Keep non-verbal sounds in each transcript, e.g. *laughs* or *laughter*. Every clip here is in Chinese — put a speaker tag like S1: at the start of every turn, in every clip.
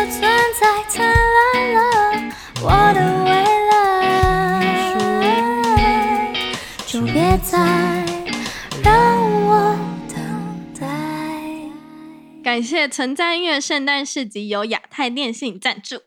S1: 再灿烂了，我的未来，就别再让我等待。
S2: 感谢存在音乐圣诞市集由亚太电信赞助，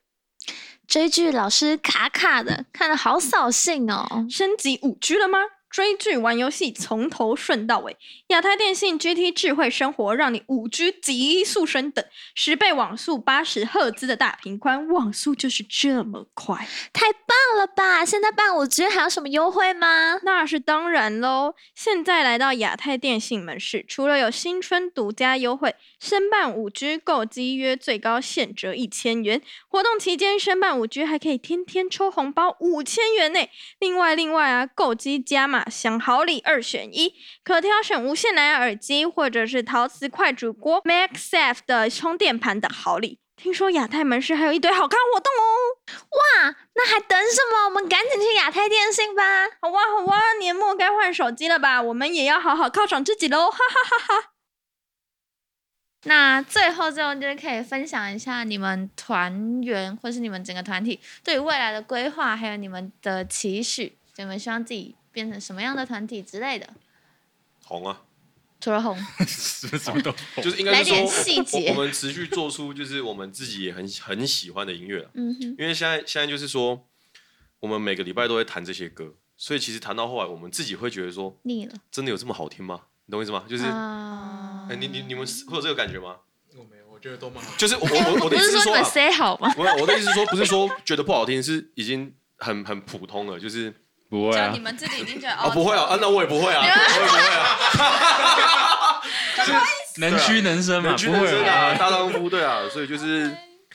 S3: 追剧老师卡卡的，看得好扫兴哦。
S2: 升级五 G 了吗？追剧玩游戏从头顺到尾，亚太电信 GT 智慧生活让你五 G 极速升等，十倍网速，八十赫兹的大屏宽，网速就是这么快。
S3: 太棒了吧！现在办五 G 还有什么优惠吗？
S2: 那是当然喽！现在来到亚太电信门市，除了有新春独家优惠，申办五 G 购机约最高现折一千元，活动期间申办五 G 还可以天天抽红包五千元呢。另外，另外啊，购机加码享好礼二选一，可挑选无线蓝牙耳机或者是陶瓷快煮锅 MaxF 的充电盘等好礼。听说亚太门市还有一堆好看活动哦！
S3: 哇，啊那还等什么？我们赶紧去亚太电信吧！
S2: 好哇好哇，年末该换手机了吧？我们也要好好犒赏自己喽！哈哈哈哈。
S3: 那最后最后就是可以分享一下你们团员或是你们整个团体对于未来的规划，还有你们的期许，你们希望自己变成什么样的团体之类的。
S4: 红啊，
S3: 除了红，
S5: 什么什么都不
S4: 就是应该是
S3: 来
S4: 说
S3: 点细节
S4: 我我我们持续做出就是我们自己也很很喜欢的音乐啊
S3: 嗯哼，
S4: 因为现在现在就是说，我们每个礼拜都会弹这些歌，所以其实弹到后来，我们自己会觉得说，
S3: 腻了
S4: 真的有这么好听吗？你懂我意思吗？就是，哎、
S3: 啊
S4: 你你你们是会有这个感觉吗？
S5: 我没有，我觉得都蛮好。
S4: 就是我我我
S3: 不
S4: 的意
S3: 是
S4: 思
S3: 说你们
S4: 说、啊，
S3: say 好吗？
S4: 没有我的意思是说，不是说觉得不好听，是已经很很普通了，就是
S5: 不会
S2: 就
S5: 啊
S2: 你，们自己已经觉得哦
S3: 哦
S4: 啊、不会啊，啊那我也不会啊，我也不会啊，
S5: 能屈能伸嘛，
S4: 能屈
S5: 不
S4: 能
S5: 会
S4: 伸
S5: 啊
S4: 啊，。 *laughs* 大丈夫对啊，所以就是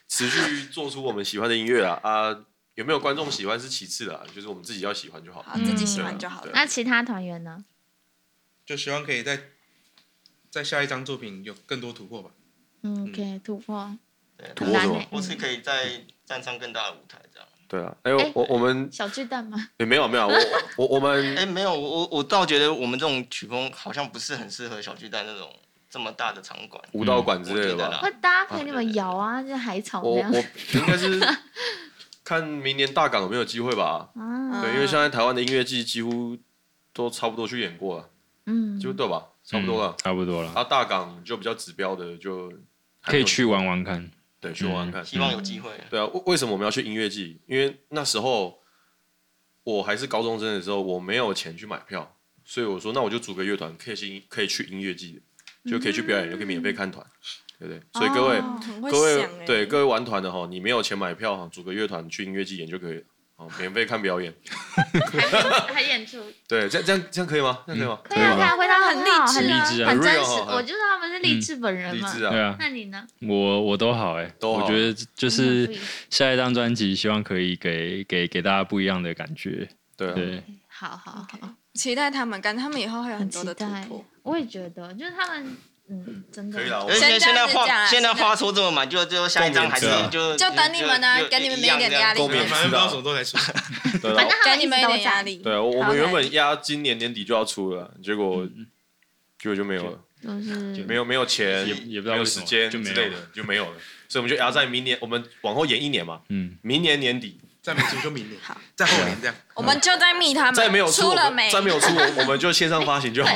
S4: 持续做出我们喜欢的音乐啊啊，有没有观众喜欢是其次的、啊，就是我们自己要喜欢就好。嗯
S1: 好，自己喜欢就好了。
S3: *laughs*
S4: 啊
S3: 那其他团员呢？
S6: 就希望可以在在下一张作品
S5: *laughs*
S6: 有更多突破吧。
S3: 嗯，OK，突破，
S4: 突
S3: 很
S4: 破
S3: 难
S4: 什么
S3: 欸
S7: 或是可以再站上更大的舞台这样。
S4: 对啊，哎、我我我们
S3: 小巨蛋吗？
S4: 也、没有没有，我我我们
S2: 嗯
S7: 哎、没有，我我我倒觉得我们这种曲风好像不是很适合小巨蛋那种这么大的场馆。
S4: 舞蹈馆之类的
S7: 我觉得
S4: 吧
S7: 啦。
S3: 会搭配你们摇啊，就海草
S4: 嗯我
S3: 那样
S4: 我应该是看明年大港有没有机会吧。
S1: 嗯
S3: 啊，
S4: 对，因为现在台湾的音乐季几乎都差不多去演过了，啊
S3: 嗯
S4: 就对吧？差不多了
S5: 嗯。差不多了，
S4: 啊，大港就比较指标的就还
S5: 可
S4: 没有
S5: 以去嗯玩玩看。
S4: 对去玩玩看。
S7: 希望有机会。
S4: 对啊，为为什么我们要去音乐季？因为那时候我还是高中生的时候，我没有钱去买票，所以我说那我就组个乐团，可以去可以去音乐季，就可以去表演，又可以免费看团，对不对？所以各位、
S3: 哦
S2: 啊很会
S4: 各位
S2: 想欸
S4: 对各位玩团的哈，你没有钱买票哈，组个乐团去音乐季演就可以了，哦，免费看表演。
S3: 还还演出，
S4: 对，这样这样这样可以吗？这样可以吗？
S3: 可以啊，
S5: 对吧
S3: 可以啊，回答很好，
S2: 很励
S5: 志啊
S3: 很
S4: 很
S3: 真
S4: real
S3: 实。
S4: 啊
S3: 我就是他们是励志本
S2: 嗯
S3: 人
S4: 励
S3: 嘛。
S4: 志
S5: 对
S4: 啊，
S5: 啊，
S3: 那你呢？
S5: 我我都好哎，
S4: 都好
S5: 我觉得
S3: 嗯不
S5: 就
S3: 一
S5: 是
S3: 样
S5: 下一张专辑，希望可以给给给大家不一样的感觉。
S4: 对啊，
S5: 对，
S3: 好好好，
S2: 期待他们，感觉他们以后会有
S3: 很
S2: 多
S3: 期
S2: 的突
S3: 待
S2: 破。。
S3: 我也觉得，就是他们，嗯，真的
S4: 可以啦。我
S7: 而且哎现在
S2: 现在是这样啊
S7: 话现在
S2: 现在
S7: 话说这么满，就就下一张还是
S5: 共鸣
S7: 就
S2: 就等你们啊给你们一点压力
S4: 共鸣
S6: 反正不知道什么时候才出，
S4: 对啊
S3: 反正他
S2: 给你
S3: 们
S2: 们
S3: 一
S2: 一
S3: 直都
S2: 点压
S3: 在。
S2: 力，
S4: 对啊，我我
S2: 好
S4: 们原本压今年年底就要出了，结果结果就没有了。
S3: 就是
S4: 没有没有钱，
S5: 也也不知道
S4: 没有
S5: 为什
S4: 时
S5: 么
S4: 间
S5: 就
S4: 之
S5: 没有
S4: 类的
S5: 了
S4: 就没有了，所以我们就压在明年，我们往后延一年嘛，
S5: 嗯，
S4: 明年年底
S6: 再没出就明年
S2: 好，啊
S6: 再后年这样。
S2: 我们就在密他们，
S4: 再没有出
S2: 出
S4: 我
S2: 了
S4: 们
S2: 没？
S4: 再没有出
S2: *laughs*
S4: 我我们就线上发行就好，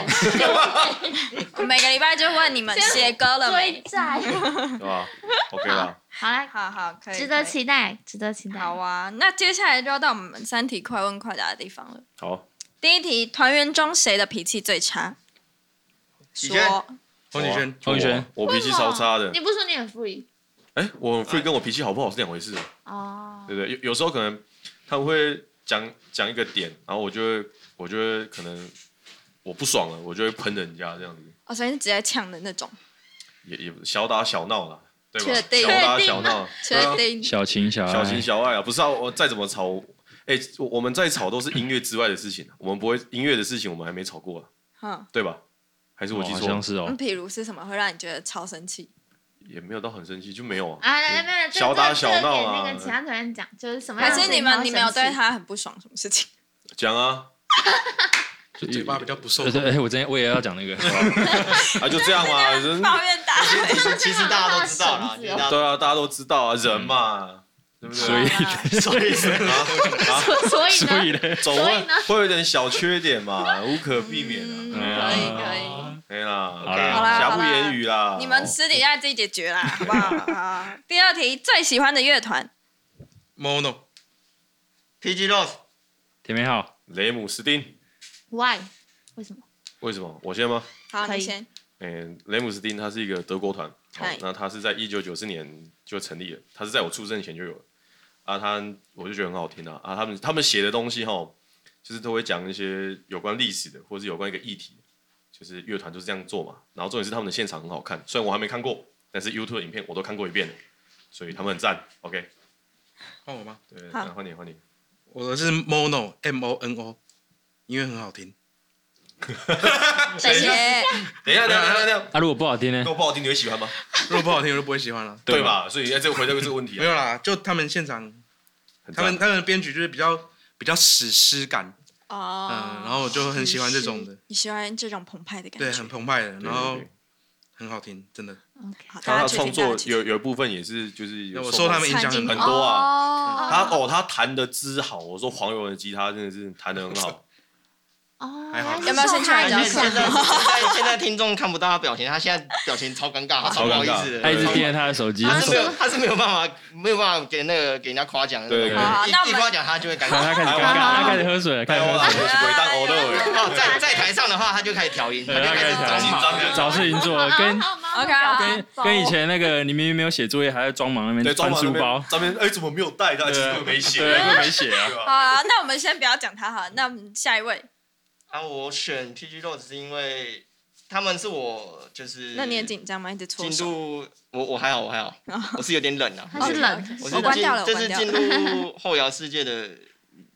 S2: 我每个礼拜就问你们写歌了
S3: 追
S2: 没？
S3: 债。
S4: 对吧？OK 啦，
S3: 好啦，
S2: 好好，可以，
S3: 值得
S2: 可以。
S3: 期待，值得期待。
S2: 好啊，那接下来就要到我们三题快问快答的地方了。
S5: *laughs*
S4: 好，
S2: 第一题，团员中谁的脾气最差？
S7: 你先
S2: 说，
S6: 黄宇轩，
S5: 风轩
S4: 我我脾气超差的
S3: 你，不是说你很 free
S4: 哎，我很 free 跟我脾气好不好是两回事，啊
S3: 哦？
S4: 对不对？有有时候可能他们会讲讲一个点，然后我就会我就会可能我不爽了，我就会喷人家这样子，
S2: 哦，所以是直接呛的那种。
S4: 也也小打小闹啦，对
S2: 确
S4: 吧？
S2: 定
S4: 小打
S3: 确定
S4: 小闹，对
S2: *laughs*
S4: 啊
S2: 确定？
S5: 小情小爱，
S4: 小情小爱啊，不是啊，我再怎么吵，哎、我我们再吵都是音乐之外的事情，啊我们不会音乐的事情，我们还没吵过啊，
S2: 嗯，
S4: 对吧？还是我
S5: 哦
S4: 记
S5: 好
S4: 错了？
S5: 像是哦
S3: 嗯
S2: 那，譬如是什么会让你觉得超生气？
S4: 也没有到很生气，就没有啊。
S3: 啊，来来没有，这个
S4: 小打
S3: 这个
S4: 小闹
S3: 给
S4: 啊
S3: 那个其他团员讲，就是什么
S2: 还
S3: 样的
S2: 是
S3: 事
S2: 你
S3: 情
S2: 们
S3: 他会生气？
S2: 你们有对他很不爽什么事情？
S4: 讲啊，
S6: 嘴巴比较不受
S5: 对
S6: 控。
S5: 对，哎，我今天我也要讲
S4: *laughs*
S5: 那个，
S4: 啊，就这
S2: *laughs*
S4: 样嘛，人
S8: 抱怨打
S7: 其实其实大家都知道啦，
S3: 绳子
S7: 其实
S3: 哦
S7: 大家
S4: 对啊，大家都知道啊，人嘛，对不对？
S5: 嗯
S4: *laughs*
S5: 所以
S7: 所以
S2: *laughs*
S3: 所以
S5: 所
S3: 呢，
S5: 以呢，
S4: 啊总
S3: 所以
S4: 会
S3: 呢
S4: 会有点小缺点嘛，无可避免
S5: *laughs*
S4: 啊。
S5: 嗯
S3: 可以可以，
S4: 哎啦，
S5: 好啦
S4: OK，
S5: 好
S2: 啦
S4: 瑕
S2: 好
S4: 不
S2: 啦
S4: 掩瑜啦。
S2: 你们
S4: 哦
S2: 私底下自己解决啦，好不好？ *laughs* 好第二题，最喜欢的乐团，
S6: mono
S7: PG Rose
S5: 田美好，
S4: 雷姆斯丁
S3: why 为什么？
S4: 为什么？我先吗？
S2: 好，
S3: 可以
S2: 你先。
S4: 嗯，雷姆斯丁它是一个德国团，好
S2: 嗨，
S4: 那它是在一九九四年就成立了，它是在我出生前就有了。啊，它我就觉得很好听啊，啊，他们他们写的东西哈，就是都会讲一些有关历史的，或者是有关一个议题，就是乐团就是这样做嘛。然后重点是他们的现场很好看，虽然我还没看过，但是 YouTube 的影片我都看过一遍了，所以他们很赞。OK，
S6: 换我吗？
S4: 对，
S2: 好
S4: 那换你换你，
S6: 我的是 mono M O N O，音乐很好听。
S2: 谢谢。
S4: 等一下等一下等一下等一下，
S5: 啊，如果不好听呢
S4: 够？不好听你会喜欢吗？
S6: 如果不好听，我就不会喜欢了。
S4: 对吧？所以哎，这个回答这个问题
S6: 没
S4: 啊，
S6: 有啦，就他们现场，
S4: 很
S6: 他
S4: 赞
S6: 们他们的编曲就是比较比较史诗感，嗯，
S2: 哦，
S6: 然后我就很喜欢这种的，
S2: 你喜欢这种澎湃的感
S6: 对，
S2: 觉
S6: 很？澎湃的，
S4: 对对
S6: 然后
S4: 对
S6: 很好听，真的。
S2: 好，
S4: 他
S2: 大
S4: 他
S2: 家去
S4: 创
S2: 听，大
S4: 作
S2: 家去
S4: 有
S2: 听。
S4: 有一部分也是就是有
S6: 我
S4: 受
S6: 受
S4: 到
S6: 他们影响
S2: 餐
S6: 很
S2: 厅
S4: 很
S6: 多，
S4: 多啊。
S2: 哦，
S4: 他哦，他弹的之好，我说黄友文的吉他真的是弹的很好，
S3: 哦，
S6: 还好
S3: 原来是
S2: 有没有
S3: 受
S2: 兴趣
S3: 他
S2: 来
S3: 影
S2: 聊
S7: 哎
S2: 一
S7: 现
S2: 下
S3: 响
S7: 现在现在现在听众看不到他表情，他现在表情超尴尬，他超不好意思
S5: 他一直
S7: 的。
S5: 盯着他的手机，
S7: 他
S3: 啊
S5: 他
S7: 是
S5: 手
S7: 没有，他是没有办法，没有办法给那个给人家夸奖的那
S4: 对
S7: 种。
S4: 对
S2: 好
S7: 一
S2: 那我们
S7: 一夸奖他就会尴
S5: 他他
S7: 尬。
S5: 开始尴尬，
S3: 啊
S5: 他开始喝水了，开
S4: 哎
S5: 始
S4: 呦，
S5: 喝
S4: 他
S5: 水
S4: 鬼
S5: 了，
S4: 当欧乐，
S5: *laughs*
S2: *laughs*
S7: 哦，在在台上的话，他就开始调音，他
S5: 对，
S7: 就
S5: 他
S7: 开
S5: 开
S7: 始
S5: 始
S7: 找
S4: 紧
S7: 你
S4: 张
S5: 调音找事
S2: *laughs*
S5: 情做，跟
S2: OK，好，啊
S5: 跟以前那个你明明没有写作业，还在装忙那
S4: 对，
S5: 边
S4: 装
S5: 翻
S4: 满
S5: 书包，
S4: 上面哎怎么没有带？他其实
S5: 对啊
S4: 根本没写，
S5: 对，会没写啊。
S4: 对
S2: 好
S4: 吧
S2: 啊，那我们先不要讲他哈，那我们下一位，
S7: 啊，我选 PG Rose 是因为他们是我就是
S2: 那你也哦紧张吗？一直搓
S7: 进
S2: 手。
S7: 入我我还好我还好，我是有点冷啊，
S3: 他
S2: 哦
S3: 是冷，
S7: 我
S2: 我
S7: 是
S2: 关
S7: 进
S2: 掉了我
S7: 这
S2: 关
S7: 是
S2: 掉
S7: 进入后摇世界的，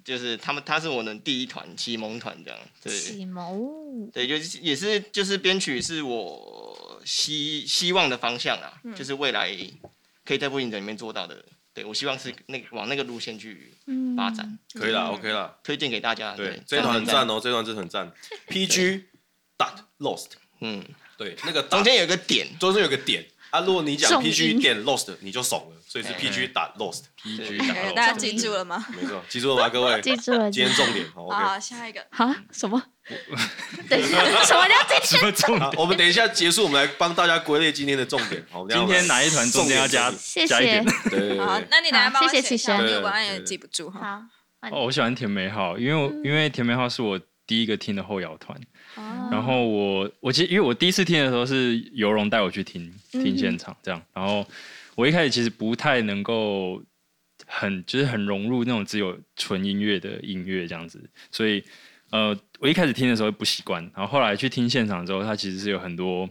S7: 就是他们他是我的第一团启蒙团这样，对
S3: 启蒙
S7: 对，就是也是就是编曲是我希希望的方向啊，
S2: 嗯
S7: 就是未来可以在步行者里面做到的，对我希望是那个往那个路线去
S2: 嗯
S7: 发展，
S4: 可以啦，OK 啦，
S7: 推荐给大家。
S4: 对
S7: 对，，
S4: 这一团很赞哦，这一团真的很赞，PG Dot Lost，
S7: 嗯，
S5: *laughs*
S4: 对，那个
S7: 中
S4: 中间
S7: 间有一个点，
S4: 中间有个点啊，如果你讲
S3: 重音
S4: PG 点 Lost 你就怂了，所以是
S7: 哎
S4: PG 打 Lost，
S7: 对
S5: PG
S2: 对大家记住了吗？
S4: 没错，记住了吧，各位，
S3: 记住了，
S4: 今天重点好，OK。
S2: 好，下一个。
S3: 好什么？等一下，什么叫进去？
S4: *laughs*
S5: 重
S4: 好，我们等一下结束，我们来帮大家归类今天的重点。好，我们等
S5: 今
S4: 一下
S5: 天哪一团中间要加
S3: 谢
S5: 加一
S3: 谢
S5: 点？。
S4: 对对对
S2: 好
S4: 对，
S2: 那你等下
S3: 好
S2: 帮我
S3: 谢谢
S2: 写一下，
S3: 启
S2: 因
S4: 生
S2: 为文案
S4: 对
S2: 也
S4: 对
S2: 记不住哈。
S3: 好，换你
S5: 哦，我喜欢甜美好，因为我
S2: 嗯
S5: 因为甜美好是我第一个听的后摇团，
S3: 哦
S2: 嗯
S5: 然后我我其实因为我第一次听的时候是游荣带我去听
S2: 嗯
S5: 听现场这样，然后我一开始其实不太能够很就是很融入那种只有纯音乐的音乐这样子，所以呃我一开始听的时候不习惯，然后后来去听现场之后，它其实是有很多。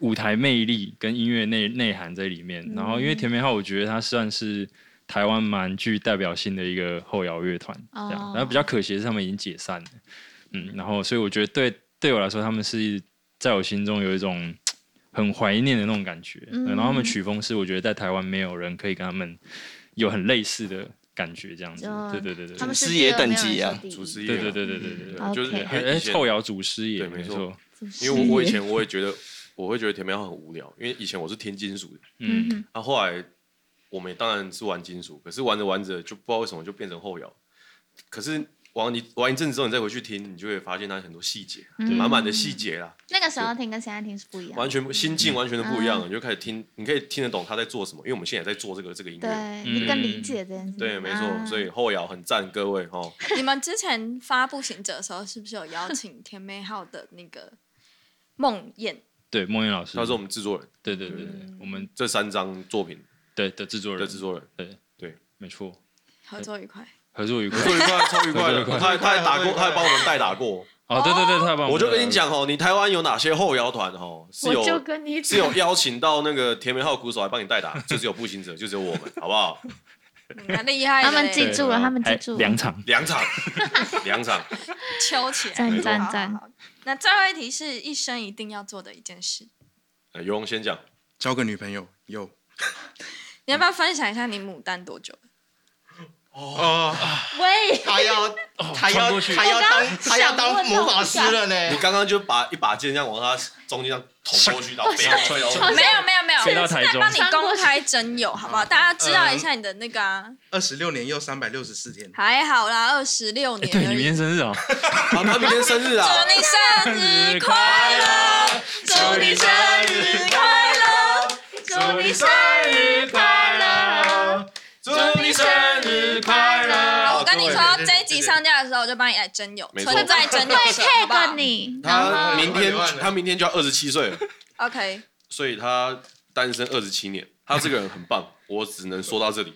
S5: 舞台魅力跟音乐内内涵在里面，然后因为甜美好，我觉得它算是台湾蛮具代表性的一个后摇乐团，这样。
S3: 哦
S5: 然后比较可惜的是他们已经解散了，嗯，然后所以我觉得对对我来说，他们是在我心中有一种很怀念的那种感觉。
S3: 嗯
S5: 然后他们曲风是我觉得在台湾没有人可以跟他们有很类似的感觉，这样子
S3: 就。
S5: 对对对对
S3: 他
S5: 对
S3: 们是
S7: 师爷
S3: 第二
S7: 等级啊
S3: 没有人是第一
S4: 主持
S5: 对
S4: 业
S5: 对
S4: 啊，
S5: 对对对对对，
S3: OK
S5: 就是
S4: 因为以前
S5: 哎后摇祖师爷
S4: 对
S5: 没
S4: 没错
S5: 错，
S4: 因为我我以前我也觉得，我会觉得甜美好很无聊，因为以前我是听金属的，
S5: 嗯，
S4: 那、后来我们也当然是玩金属，可是玩着玩着就不知道为什么就变成后摇，可是玩你玩一阵子之后，你再回去听，你就会发现它很多细节，啊
S3: 嗯
S4: 满满的细节啦，
S3: 那个时候听跟现在听是不一样的，
S4: 完全不心境完全都不
S3: 嗯
S4: 一样了，你就开始听，你可以听得懂他在做什么，因为我们现在也在做这个这个音乐。
S3: 对，你更理解这件事情。
S4: 对，没错，
S3: 啊
S4: 所以后摇很赞各位哦。
S2: 你们之前发步行者的时候，是不是有邀请甜妹号的那个梦魇？
S5: 对，梦妍老师，
S4: 他是我们制作人，
S5: 对对对对，我们
S4: 这三张作品
S5: 对的制作
S4: 的
S5: 人，
S4: 制作人，
S5: 对
S4: 对，
S5: 没错，
S2: 合作愉快。
S5: 合作愉快
S4: 合。作愉快，超愉快的。
S5: 合作愉快
S4: 他还他还打过，
S7: 合作愉快
S4: 他还帮我们代打过。
S5: 哦，对对对，太棒了！
S4: 我就跟你讲哦，你台湾有哪些后摇团哦？是有
S3: 我就跟你
S4: 是有邀请到那个田美浩鼓手来帮你代打，就只有步行者，就只有我们，好不好？
S2: 嗯蛮厉害的
S3: *laughs* 他
S2: 嘞，
S3: 们记
S5: 对，
S3: 住了，他们记
S5: 还
S3: 住了。
S5: 两场，
S4: 两场，两场，
S2: 揪起来。
S3: 赞
S2: 好
S3: 赞
S2: 好
S3: 赞
S2: 好那最后一题是一生一定要做的一件事，
S5: 嗯
S4: 呃游龙先讲，
S6: 交个女朋友有，
S2: 你要不要分享一下你牡丹多久了？
S6: 哦，
S8: 喂，
S7: *laughs* 他要
S4: 哦
S7: 他
S5: 穿
S7: 要
S5: 过去
S7: 他要
S3: 我刚
S7: 当他要当魔法师了
S4: 你
S7: 呢。
S4: 刚刚就把一把剑这样往他中间这样捅过去，然后飞出来，然后
S2: 没有没有没有，
S5: 飞到台中嗯
S2: 帮你公开真友好不好？大家知道一下你的那个啊，
S6: 二十六年又三百六十四天，
S2: 还好啦，二十六
S5: 哎，
S2: 年
S5: 对
S2: 而
S5: 你明
S2: 已。
S5: 天生日啊！
S4: 然后他明天生日啊，
S2: 祝你生日快乐，祝你生日快乐，
S5: 祝你生日快乐！
S4: 祝你生日快
S2: 好，
S4: 乐
S2: 我跟你说，
S6: 好对对对
S2: 这一集上架的时候，我就帮你来征友，
S4: 没错
S2: 存在征友
S3: 会
S2: 社，好不好
S3: tag
S4: *laughs*
S3: 你，然
S4: 他
S3: 后
S4: 明天
S6: 好吧好吧
S4: 他明天就要二十七岁了，
S2: ？OK，
S4: 所以他单身二十七年。他这个人很棒，我只能说到这里。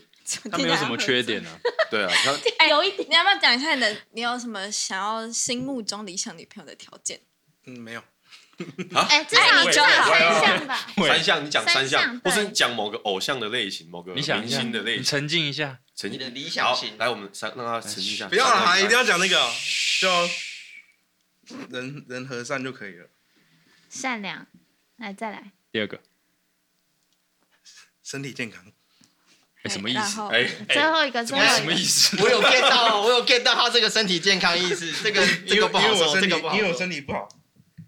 S5: 他没有什么缺点啊，
S4: 对
S7: *laughs*
S4: 啊，他
S8: 有一点
S2: 你要不要讲一下你的，你有什么想要心目中理想女朋友的条件？
S6: 嗯，没有，
S3: 哎，至少
S2: 你
S3: 至
S2: 就
S3: 少
S2: 好
S3: 三项吧。
S4: 三项，你讲三
S3: 三
S4: 项
S3: 项，
S4: 或是
S3: 对
S4: 你讲某个偶像的类型，某个
S5: 你想一
S4: 明
S5: 下，
S4: 星的类
S5: 你
S4: 型，
S5: 沉浸一下，
S4: 成
S7: 你的理想型
S4: 好来，我们三让他沉浸
S5: 哎
S4: 一下。
S6: 不要了，哈，
S4: 三
S6: 一定要讲那个哦，就人人和善就可以了。
S3: 善良，来再来，
S5: 第二个，
S6: 身体健康，
S5: 哎什么意
S2: 然
S5: 思？
S2: 后
S4: 哎
S5: *laughs*
S3: 最后一个，最后
S5: 什
S3: 一
S5: 么
S3: 个
S5: 意，思？
S7: 我有 get 到，我有 get 到他这个身体健康意 *laughs* 识，这个这
S6: 因
S7: 个
S6: 为
S7: 不
S6: 因
S7: 好
S6: 为我
S7: 说，
S6: 身
S7: 这
S6: 体
S7: 个不好
S6: 因为我
S7: 说
S6: 身。体不好，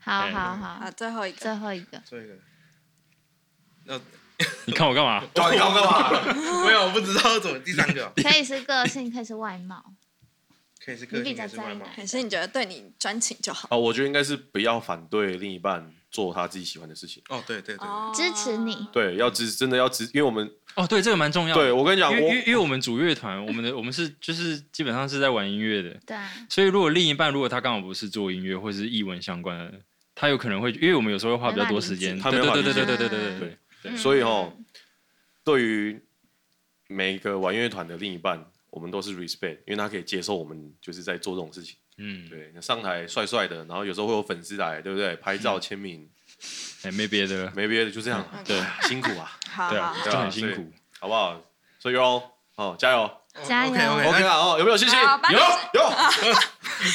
S3: 好
S5: 哎
S2: 好，
S3: 好好，
S2: 啊最后一个，
S3: 最后一
S6: *laughs*
S3: 个，
S6: 做一个。
S5: 你看我干嘛？
S4: 对啊你要干嘛？
S6: 没有，我不知道怎么第三 *laughs* 个哦
S3: 可以是个性，可以是外貌，
S6: 可以是个
S3: 你比
S6: 性，
S3: 较
S6: 还是外貌
S3: 在意？
S2: 还是你觉得对你专情就好？
S4: *laughs* 哦，我觉得应该是不要反对另一半做他自己喜欢的事情。
S6: 哦，对对对，对
S2: 哦
S3: 支持你，
S4: 对，要支真的要支，因为我们
S5: 哦，对，这个蛮重要的。
S4: 对我跟你讲，
S5: 因为因为
S4: 我
S5: 因为我们组乐团，我们的我们是就是基本上是在玩音乐的，
S3: 对
S5: *laughs*
S3: 啊，
S5: 所以如果另一半如果他刚好不是做音乐或是译文相关的，他有可能会因为我们有时候会花比较多时间，
S4: 没办法
S5: 对
S4: 理
S5: 对
S4: 解他没
S5: 对对对对
S2: 办法
S5: 对
S2: 理
S5: 对
S2: 解
S5: 对对，
S4: 所以哦，对于每个玩乐团的另一半，我们都是 respect，因为他可以接受我们就是在做这种事情。
S5: 嗯，
S4: 对，上台帅帅的，然后有时候会有粉丝来，对不对？拍
S5: 嗯
S4: 照签名，
S5: 哎，没别的了，
S4: 没别的，就这样，
S3: 嗯
S5: 对
S3: *laughs*
S4: 辛苦啊，
S2: 好
S5: 对
S2: 好
S5: 啊，
S2: 好
S5: 就很辛
S4: 对
S5: 苦。
S4: 好不好？所以哦，哦，加油
S3: 加油
S6: OK OK，
S4: ，OK 啦，哦，有没有信心？
S2: 好把你
S4: 有有，
S6: 啊
S3: 啊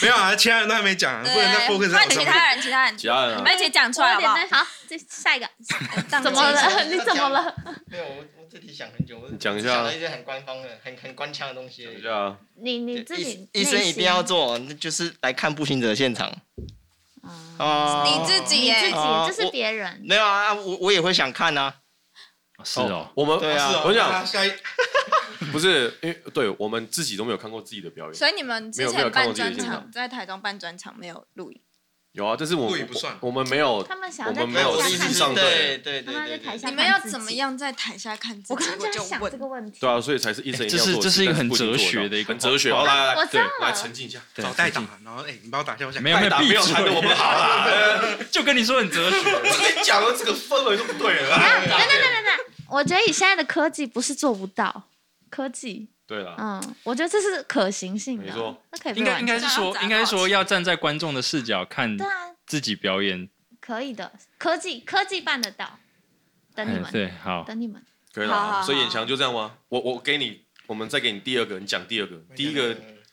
S6: 没有啊，其他人都还没讲啊，不能再 focus 在
S2: 换
S6: 我
S2: 其
S6: 上
S2: 他
S6: 面。
S2: 人，其他人，
S4: 其他人
S2: 你
S4: 啊
S2: 们一起讲出来好不好？
S3: 好，这下一个
S2: 怎
S3: *laughs* 怎么了？你怎么了？
S7: 没有，我我自己想很久，我
S4: 你讲一下
S7: 想了一些很官方的、很很官腔的东西而
S4: 等一
S7: 已。
S4: 下啊，
S3: 你你自己
S7: 医医生一定要做，那就是来看步行者现场
S3: 啊，
S7: 啊。
S2: 哦你自己哎
S3: 你
S2: 耶，
S3: 自己，
S4: 啊
S7: 哦
S3: 这是别人，
S7: 没有啊？我我也会想看啊。
S5: 是哦，
S4: 我们
S7: 对啊
S6: 是哦
S4: 我跟你
S6: 那
S4: 讲，
S6: 下一
S4: 不是，因为对我们自己都没有看过自己的
S2: *laughs*
S4: 表演，
S2: 所以你们之
S4: 没有没有
S2: 前
S4: 看
S2: 办
S4: 过自己的
S2: 专
S4: 现
S2: 场，
S4: 场
S2: 在台中办专场没有录影，
S4: 有啊，但是我
S6: 录影不算
S4: 我我们没有，
S3: 他们想
S4: 我
S3: 要在
S4: 们没有
S7: 我
S3: 台
S7: 的
S4: 实
S7: 意
S3: 下
S4: 际
S7: 思
S3: 看
S7: 是，
S4: 上
S3: 自己。
S7: 对
S4: 对
S7: 对对
S3: 他们在
S7: 对
S3: 台
S7: 对
S3: 下
S2: 你们要怎么样在台下看自己？
S3: 我刚刚就
S2: 就
S3: 在想这
S2: 问，
S3: 个问题，
S4: 对啊，所以才是一生一定要
S5: 哎这是
S4: 做的
S5: 这
S4: 事
S5: 是一个很
S4: 但是不定
S5: 哲学
S4: 做到
S5: 的一个
S4: 很哲学。好，来来
S3: 我
S4: 来，
S3: 知道
S4: 来
S3: 了
S4: 沉浸一下，
S5: 对
S6: 找代打，然后哎，你帮我打一下，我想
S5: 没有
S4: 代
S5: 没有
S4: 打没
S5: 闭
S4: 有弹的我
S5: 嘴，
S4: 们好啦。
S5: *laughs*
S4: 呃
S5: 就跟你说很哲学。
S4: 我跟你讲了，这个氛围就不对了
S3: 啊
S4: 啊。
S3: 等等等等等，我觉得以现在的科技不是做不到，科技，
S4: 对了，
S3: 嗯，我觉得这是可行性的，啊
S4: 没错
S3: 那可以被
S5: 应该
S3: 完
S5: 应该
S3: 成
S5: 是说，应该说要站在观众的视角看
S3: 对啊，
S5: 自己表演。
S3: 可以的，科技科技办得到，等你
S5: 嗯，
S4: 哎
S3: 们，
S5: 对，
S4: 啊
S5: 好，
S3: 等你们，
S4: 可以
S2: 好好
S4: 了。
S2: 好
S4: 所以眼强就这样吗？我我给你，我们再给你第二个，你讲第二个，第一个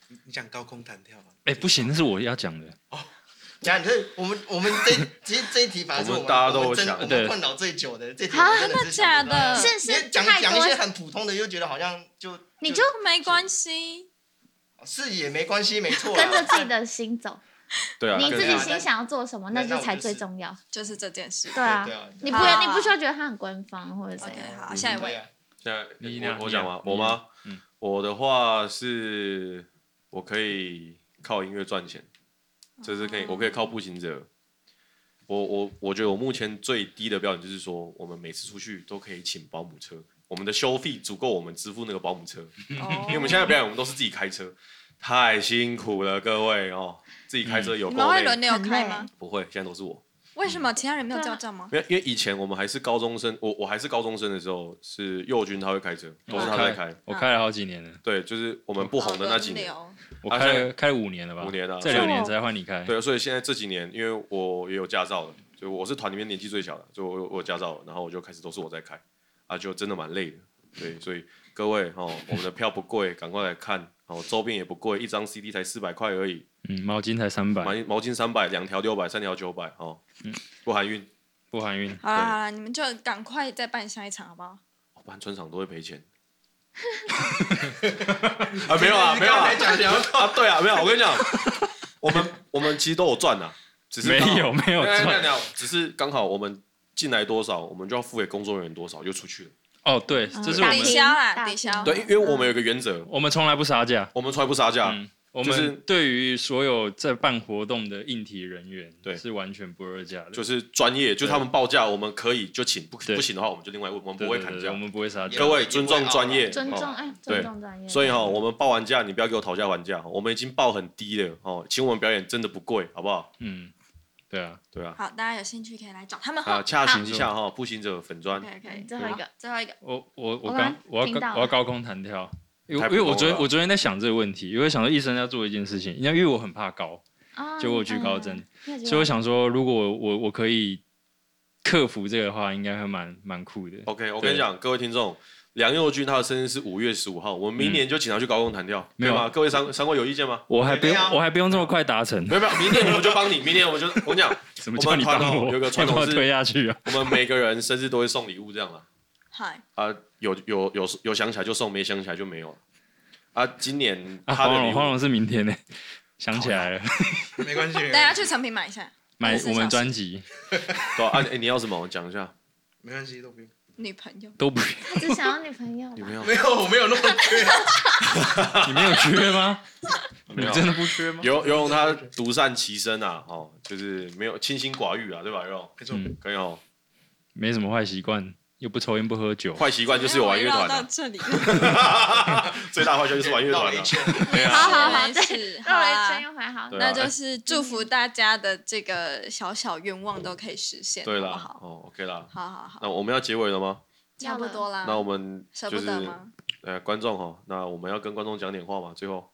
S6: 你你讲高空弹跳啊吧。
S5: 哎，不行，那是我要讲的。
S7: 讲这我们我们这其实这一题反而是
S4: 我们大家都
S7: 我们真
S4: 想
S7: 我们
S5: 对
S7: 困扰最久的这题
S3: 啊
S7: 我们真的是想不到，
S2: 真的假的
S3: 是
S7: 因
S3: 是
S7: 为讲
S3: 太
S7: 讲一
S3: 多
S7: 些，很普通的，又觉得好像就
S3: 你
S7: 就
S3: 就
S2: 没关系，
S7: 是也没关系，没错啊
S2: 啊
S7: 啦，
S3: 跟着自己的心走，
S4: 对啊，
S3: 你
S4: 跟
S3: 自
S7: 对
S3: 己
S7: 啊
S3: 心想要做什么，
S7: 那
S3: 那
S7: 那我
S3: 才
S7: 就
S3: 最
S7: 是
S3: 重要，
S2: 就是这件事。
S3: 对
S7: 对
S3: 啊
S7: 对，啊，
S3: 你
S7: 对啊
S3: 不
S2: 好啊
S3: 你不需要觉得它很官方或者怎
S2: OK，
S3: 样，
S2: 好，下一
S7: 对
S2: 位，
S7: 啊
S4: 现在
S5: 你
S4: 我
S5: 呢
S4: 我讲吗？
S5: 你
S4: 我吗？
S5: 嗯
S4: 我的话是，我可以靠音乐赚钱，这是可以，我
S2: 啊
S4: 可以靠步行者。我我我觉得我目前最低的标准就是说，我们每次出去都可以请保姆车，我们的修费足够我们支付那个保姆车，嗯
S2: 哦
S4: 因为我们现在表演我们都是自己开车，太辛苦了各位哦，自己开车有
S2: 你
S4: 够
S2: 们会
S4: 累
S2: 轮流开
S3: 很
S2: 吗？
S4: 不会，现在都是我。
S2: 为什么其他人没有
S3: 对啊
S2: 叫叫吗？
S4: 因为因为以前我们还是高中生，我我还是高中生的时候，是佑君他会开车，都是他
S5: 哦
S4: 在开。
S5: 我开了好几年了，
S4: 对，就是我们不红的那几年。
S2: 哦
S5: 我
S4: 啊
S5: 开了开了五年了吧？
S4: 五年啊
S5: 这两年才换你开。
S4: 对，所以现在这几年，因为我也有驾照了，就我是团里面年纪最小的，就我有我有驾照了，然后我就开始都是我在开，啊，就真的蛮累的。对，所以各位哦，我们的票不贵，赶快来看哦，周边也不贵，一张 CD 才四百块而已，
S5: 嗯，毛巾才三
S4: 毛
S5: 百，
S4: 毛巾三百，两条六百，三条九百哦，
S6: 嗯
S4: 不含运，
S5: 不含运。
S2: 好了好了，你们就赶快再办下一场好不好？
S6: *laughs*
S4: 哦不然专场都会赔钱。啊，没有啊，没有啊，
S6: 你刚才讲想
S4: 啊，对啊，没有，我跟
S6: *laughs*
S4: 你讲，我们我们其实都有赚啊，只是
S5: 没
S4: 刚好
S5: 有没
S4: 没有
S5: 有
S4: 没有
S5: 赚
S4: 没有，只是刚好我们进来多少，我们就要付给工作人员多少就出去了。
S5: 哦，对，这是我
S2: 打
S5: 们
S2: 抵消啦，
S3: 嗯打
S2: 抵消。
S4: 对，因为我们有一个原则，
S5: 我们从来不杀价。
S4: 我们从来不杀价。
S5: 嗯，我
S4: 啊就是
S5: 们对于所有在办活动的应体人员，
S4: 对
S5: 是完全不二价的，
S4: 就是专业，就是他们报价，我们可以就请，不
S5: 对
S4: 不行的话，我们就另外问，我们
S5: 对
S4: 不会
S5: 对
S4: 砍
S5: 对
S4: 价
S5: 我。们不会杀价
S4: 各。位尊重专业，
S3: 尊重
S4: 哦
S3: 哎，
S4: 对
S3: 尊重专业。
S4: 所以哈、我们报完价，你不要给我讨价还价，我们已经报很低了哦，请我们表演真的不贵，好不好？
S5: 嗯，对啊，
S4: 对啊，
S2: 好，大家有兴趣可以来找他们
S4: 啊，
S2: 哈。
S4: 洽询一下哈、步行者粉砖
S2: 可以可
S3: 哎
S2: 以，
S3: 最后一个，
S2: 最后一个，
S5: 我我我
S3: 我
S5: 刚
S3: 刚
S5: 我要
S3: 听到
S5: 高我要高空弹跳，因为
S4: 太
S5: 因
S4: 普
S5: 为我
S4: 通
S5: 昨天
S4: 了啊
S5: 我昨天在想这个问题，因为想说一生要做一件事情，因为因为我很怕高，
S3: 啊
S5: 结果惧高症，
S3: 嗯嗯
S5: 所以我想说，如果我我我可以克服这个的话，应该会蛮蛮酷的。
S4: OK，我跟你讲，各位听众，梁佑君他的生日是五月十五号，我们明年就请他去高空弹跳，
S5: 没
S4: 对
S5: 有
S4: 吗？各位三三位有意见吗？
S5: 我还不用
S7: 对啊
S5: 我还不用这么快达成，
S4: 没有没有，明年我们就帮你，明年我们就我跟你讲，
S5: 什么
S4: 我
S5: 叫
S4: 们
S5: 你
S4: 传
S5: 帮
S4: 统
S5: 我？
S4: 有个传
S5: 要
S4: 统
S5: 把我
S4: 是
S5: 推下去啊！
S4: 我们每个人生日都会送礼物这样啦。
S2: 嗨，
S4: 啊，有有有有想起来就送，没想起来就没有了。啊，今年
S5: 啊，
S4: 他
S5: 黄
S4: 的礼
S5: 龙
S4: 物
S5: 黄龙是明天呢，想起来了，
S6: 没关系，没
S2: 大家
S3: 啊
S6: 关系，
S2: 去成品买一下
S5: 买
S2: 24
S5: 我们
S2: 小时
S5: 专辑
S4: 对啊，啊哎你要什么？我讲一下。
S6: 没关系，都不用。
S2: 女朋友。
S5: 都不，
S3: 他只想要女朋友吧。
S4: 女
S5: *laughs*
S4: 朋友
S6: 没有，我没有那么缺。
S5: 你没有缺吗？
S4: *laughs* 没
S5: 你
S4: 有
S5: 真的不缺吗？
S4: 游游泳他独善其身啊，哦，就是没有清心寡欲啊，对吧？游泳
S6: 没错，
S5: 嗯
S4: 可以哦，
S5: 没什么坏习惯，又不抽烟不喝酒，
S4: 坏习惯就是有玩乐团、
S2: 没有围绕到
S4: 啊，
S2: 这
S4: *laughs*
S2: 里，
S4: 最大的坏习惯就是玩乐
S7: 绕了
S4: 团、
S7: 一
S4: 啊。
S7: 圈，
S2: *laughs*
S4: 对啊，
S3: 好好好
S2: 没事，
S3: 绕
S2: 好
S3: 了一圈
S2: 啊。
S3: 又回好，
S4: 对啊
S2: 那就是祝福大家的这个小小愿望都可以实现，
S4: 对啦
S2: 好不，好？
S4: 哦，OK 啦，
S2: 好好好，
S4: 那我们要结尾了吗？
S2: 差不多啦。
S4: 那我们
S2: 嗯舍
S4: 就
S2: 不
S4: 是
S2: 得吗？
S4: 呃，观众哈，那我们要跟观众讲点话嘛，最后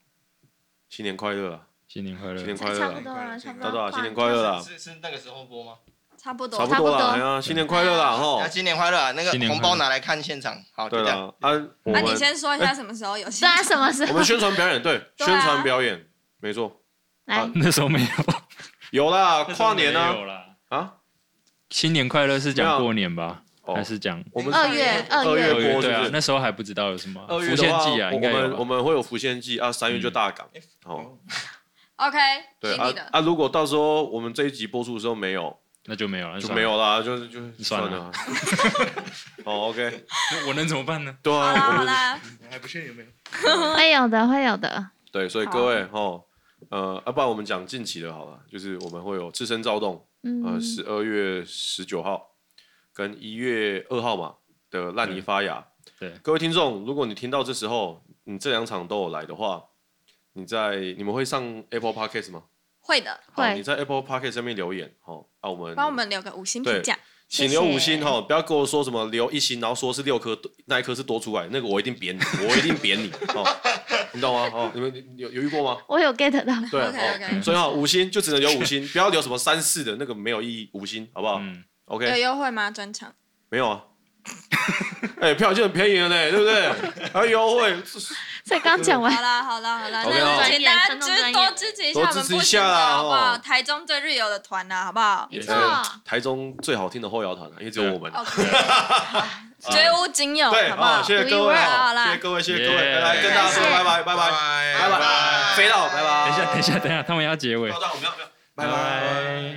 S4: 新年快乐啦，
S5: 新年快
S4: 新
S5: 乐
S4: 年！快乐啊
S3: 差
S4: 啦
S3: 不，多了，差不
S4: 大
S3: 多
S4: 大
S3: 了。
S4: 新年快乐啦，
S7: 是是那个时候播吗？
S2: 差不多，
S4: 差不
S3: 多
S4: 多
S3: 差不
S4: 啦，
S3: 多
S4: 哎呀，新年快乐啦
S7: 啊，
S4: 哈，
S7: 新年快乐啊！那个
S5: 新年快
S7: 红
S5: 乐
S7: 包拿来看现场，好，
S4: 对
S7: 就这样。
S4: 啦，啊，我
S2: 那
S4: 们
S2: 你先说一下什么时候有
S3: 对
S2: 新
S3: 啊，什么时
S4: 我
S3: 候
S4: 们宣传表演，对，
S2: 对啊
S4: 宣传表演，没错，
S3: 来？
S5: *laughs* 那时候没有，
S4: 有啦，跨年
S5: 那时候没
S4: 啊
S5: 有啦。
S4: 啊，
S5: 新年快乐是
S4: 没
S5: 讲
S4: 有
S5: 过年吧，
S4: 哦
S5: 还是讲
S4: 我们
S3: 二月二
S4: 二
S3: 月
S4: 月播是
S5: 对
S4: 不
S5: 啊
S4: 是？？
S5: 那时候还不知道有什么
S4: 二
S5: 浮
S4: 月
S5: 现
S4: 的话，
S5: 记啊，
S4: 我
S5: 应
S4: 我
S5: 该有
S4: 们我
S5: 吧。嗯
S4: 们会有浮现记啊，三月就大港。好，
S6: 哦，
S2: OK，
S4: 对
S2: 听
S4: 啊
S2: 你的。
S4: 啊，如果到时候我们这一集播出的时候没有，
S5: 那就没有了，
S4: 就
S5: 算
S4: 没
S5: 了。
S4: 有啦，就是就是
S5: *laughs* 算了
S4: 了。哦，OK，
S5: 那我能怎么办呢？
S4: 对
S2: 好啦
S4: 啊，
S2: 好
S4: 我们
S2: 啦，
S6: 我还不确定有没有。
S3: 会有的，会有的。
S4: 对，所以各位哦，呃，要不然我们讲近期的好了，就是我们会有赤身躁动，呃，
S3: 嗯，
S4: 十二月十九号跟一月二号嘛的烂泥发芽。
S5: 对对
S4: 各位听众，如果你听到这时候，你这两场都有来的话，你在你们会上 Apple Podcast 吗？
S2: 会的，
S4: 好，
S3: 会
S4: 你在 Apple Podcast 上面留言，好，啊，我们
S2: 帮我们留个五星评价。
S4: 请
S3: 谢
S4: 留
S3: 谢
S4: 五星哈，不要跟我说什么留一星，然后说是六颗，那一颗是多出来，那个我一定扁你，我一定扁你，哦，你懂吗？哦，你们你有有遇过吗？
S3: 我有 get 到。
S4: 对
S2: OK OK，
S4: 哦所以哈，五星就只能留五星，不要留什么三四的那个没有意义，五星好不好
S5: 嗯，
S4: ？OK，
S2: 有优惠吗？专场
S4: 没
S5: *laughs*
S4: 有啊。哎、票就很便宜了呢，对不对？
S5: *laughs*
S4: 哎还有优惠，
S3: 所以刚讲完 *laughs*
S2: 好，啦好啦好啦，
S4: OK，好
S2: 那请大家支多支持一下我们
S4: 多支持
S2: 不
S4: 一
S2: 行
S4: 下啦
S2: 的好不好？
S4: 哦
S2: 台中最日游的团啊啦，好不好？
S3: 没错，
S4: 呃台中最好听的后摇团了，啊因为只有我们。 *laughs*
S2: 绝无仅啊有，
S4: 对，
S2: 好不好？
S4: 好，谢谢各位，啊
S2: 好
S4: 好，谢
S2: 啦
S4: 谢，各位，谢谢各位，
S5: Yeah
S4: 来跟大家说
S3: 谢谢
S4: 拜拜，拜拜，
S6: 拜
S4: 拜拜，飞到，拜拜。
S5: 等一下，等一下，等一下，他们要结尾
S4: 到，。到我们要不要？
S5: 拜拜。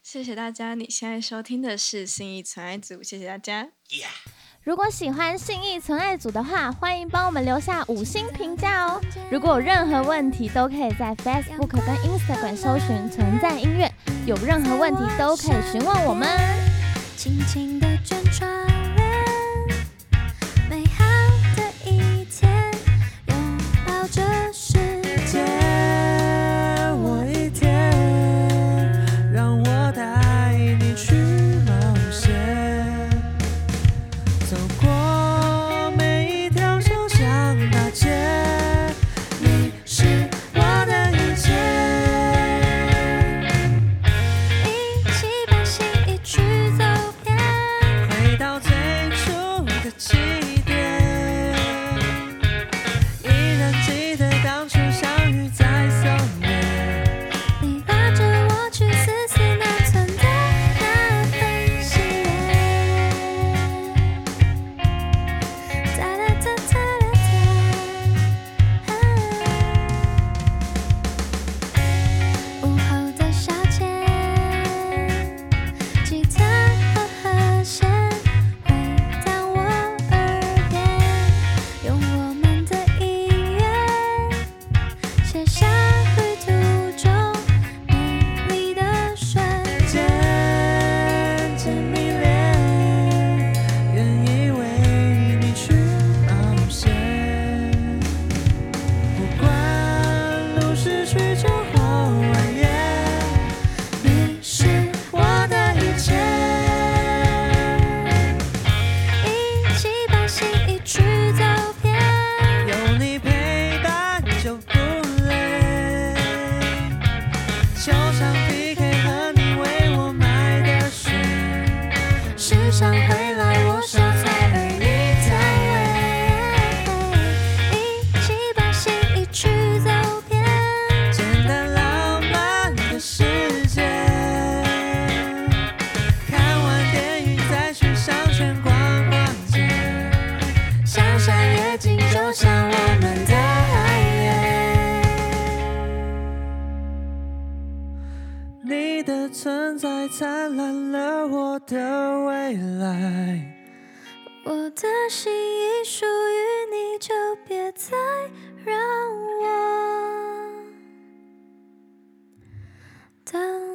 S2: 谢谢大家，你现在收听的是新一纯爱组，谢谢大家。
S9: 如果喜欢信义存爱组的话，欢迎帮我们留下五星评价哦。如果有任何问题，都可以在 Facebook 跟 Instagram 搜寻“存在音乐”，有任何问题都可以询问我们。
S1: 轻轻地卷窗帘，美好的一天，拥抱这世界。
S10: 我一天，让我带你去冒险，走过每一条小巷大街，你是我的一切。
S1: 一起把心意去走遍，
S10: 回到最
S1: 走向我们的爱恋。你的存在灿烂了我的未来。
S11: 我的心已属于你，就别再让我等。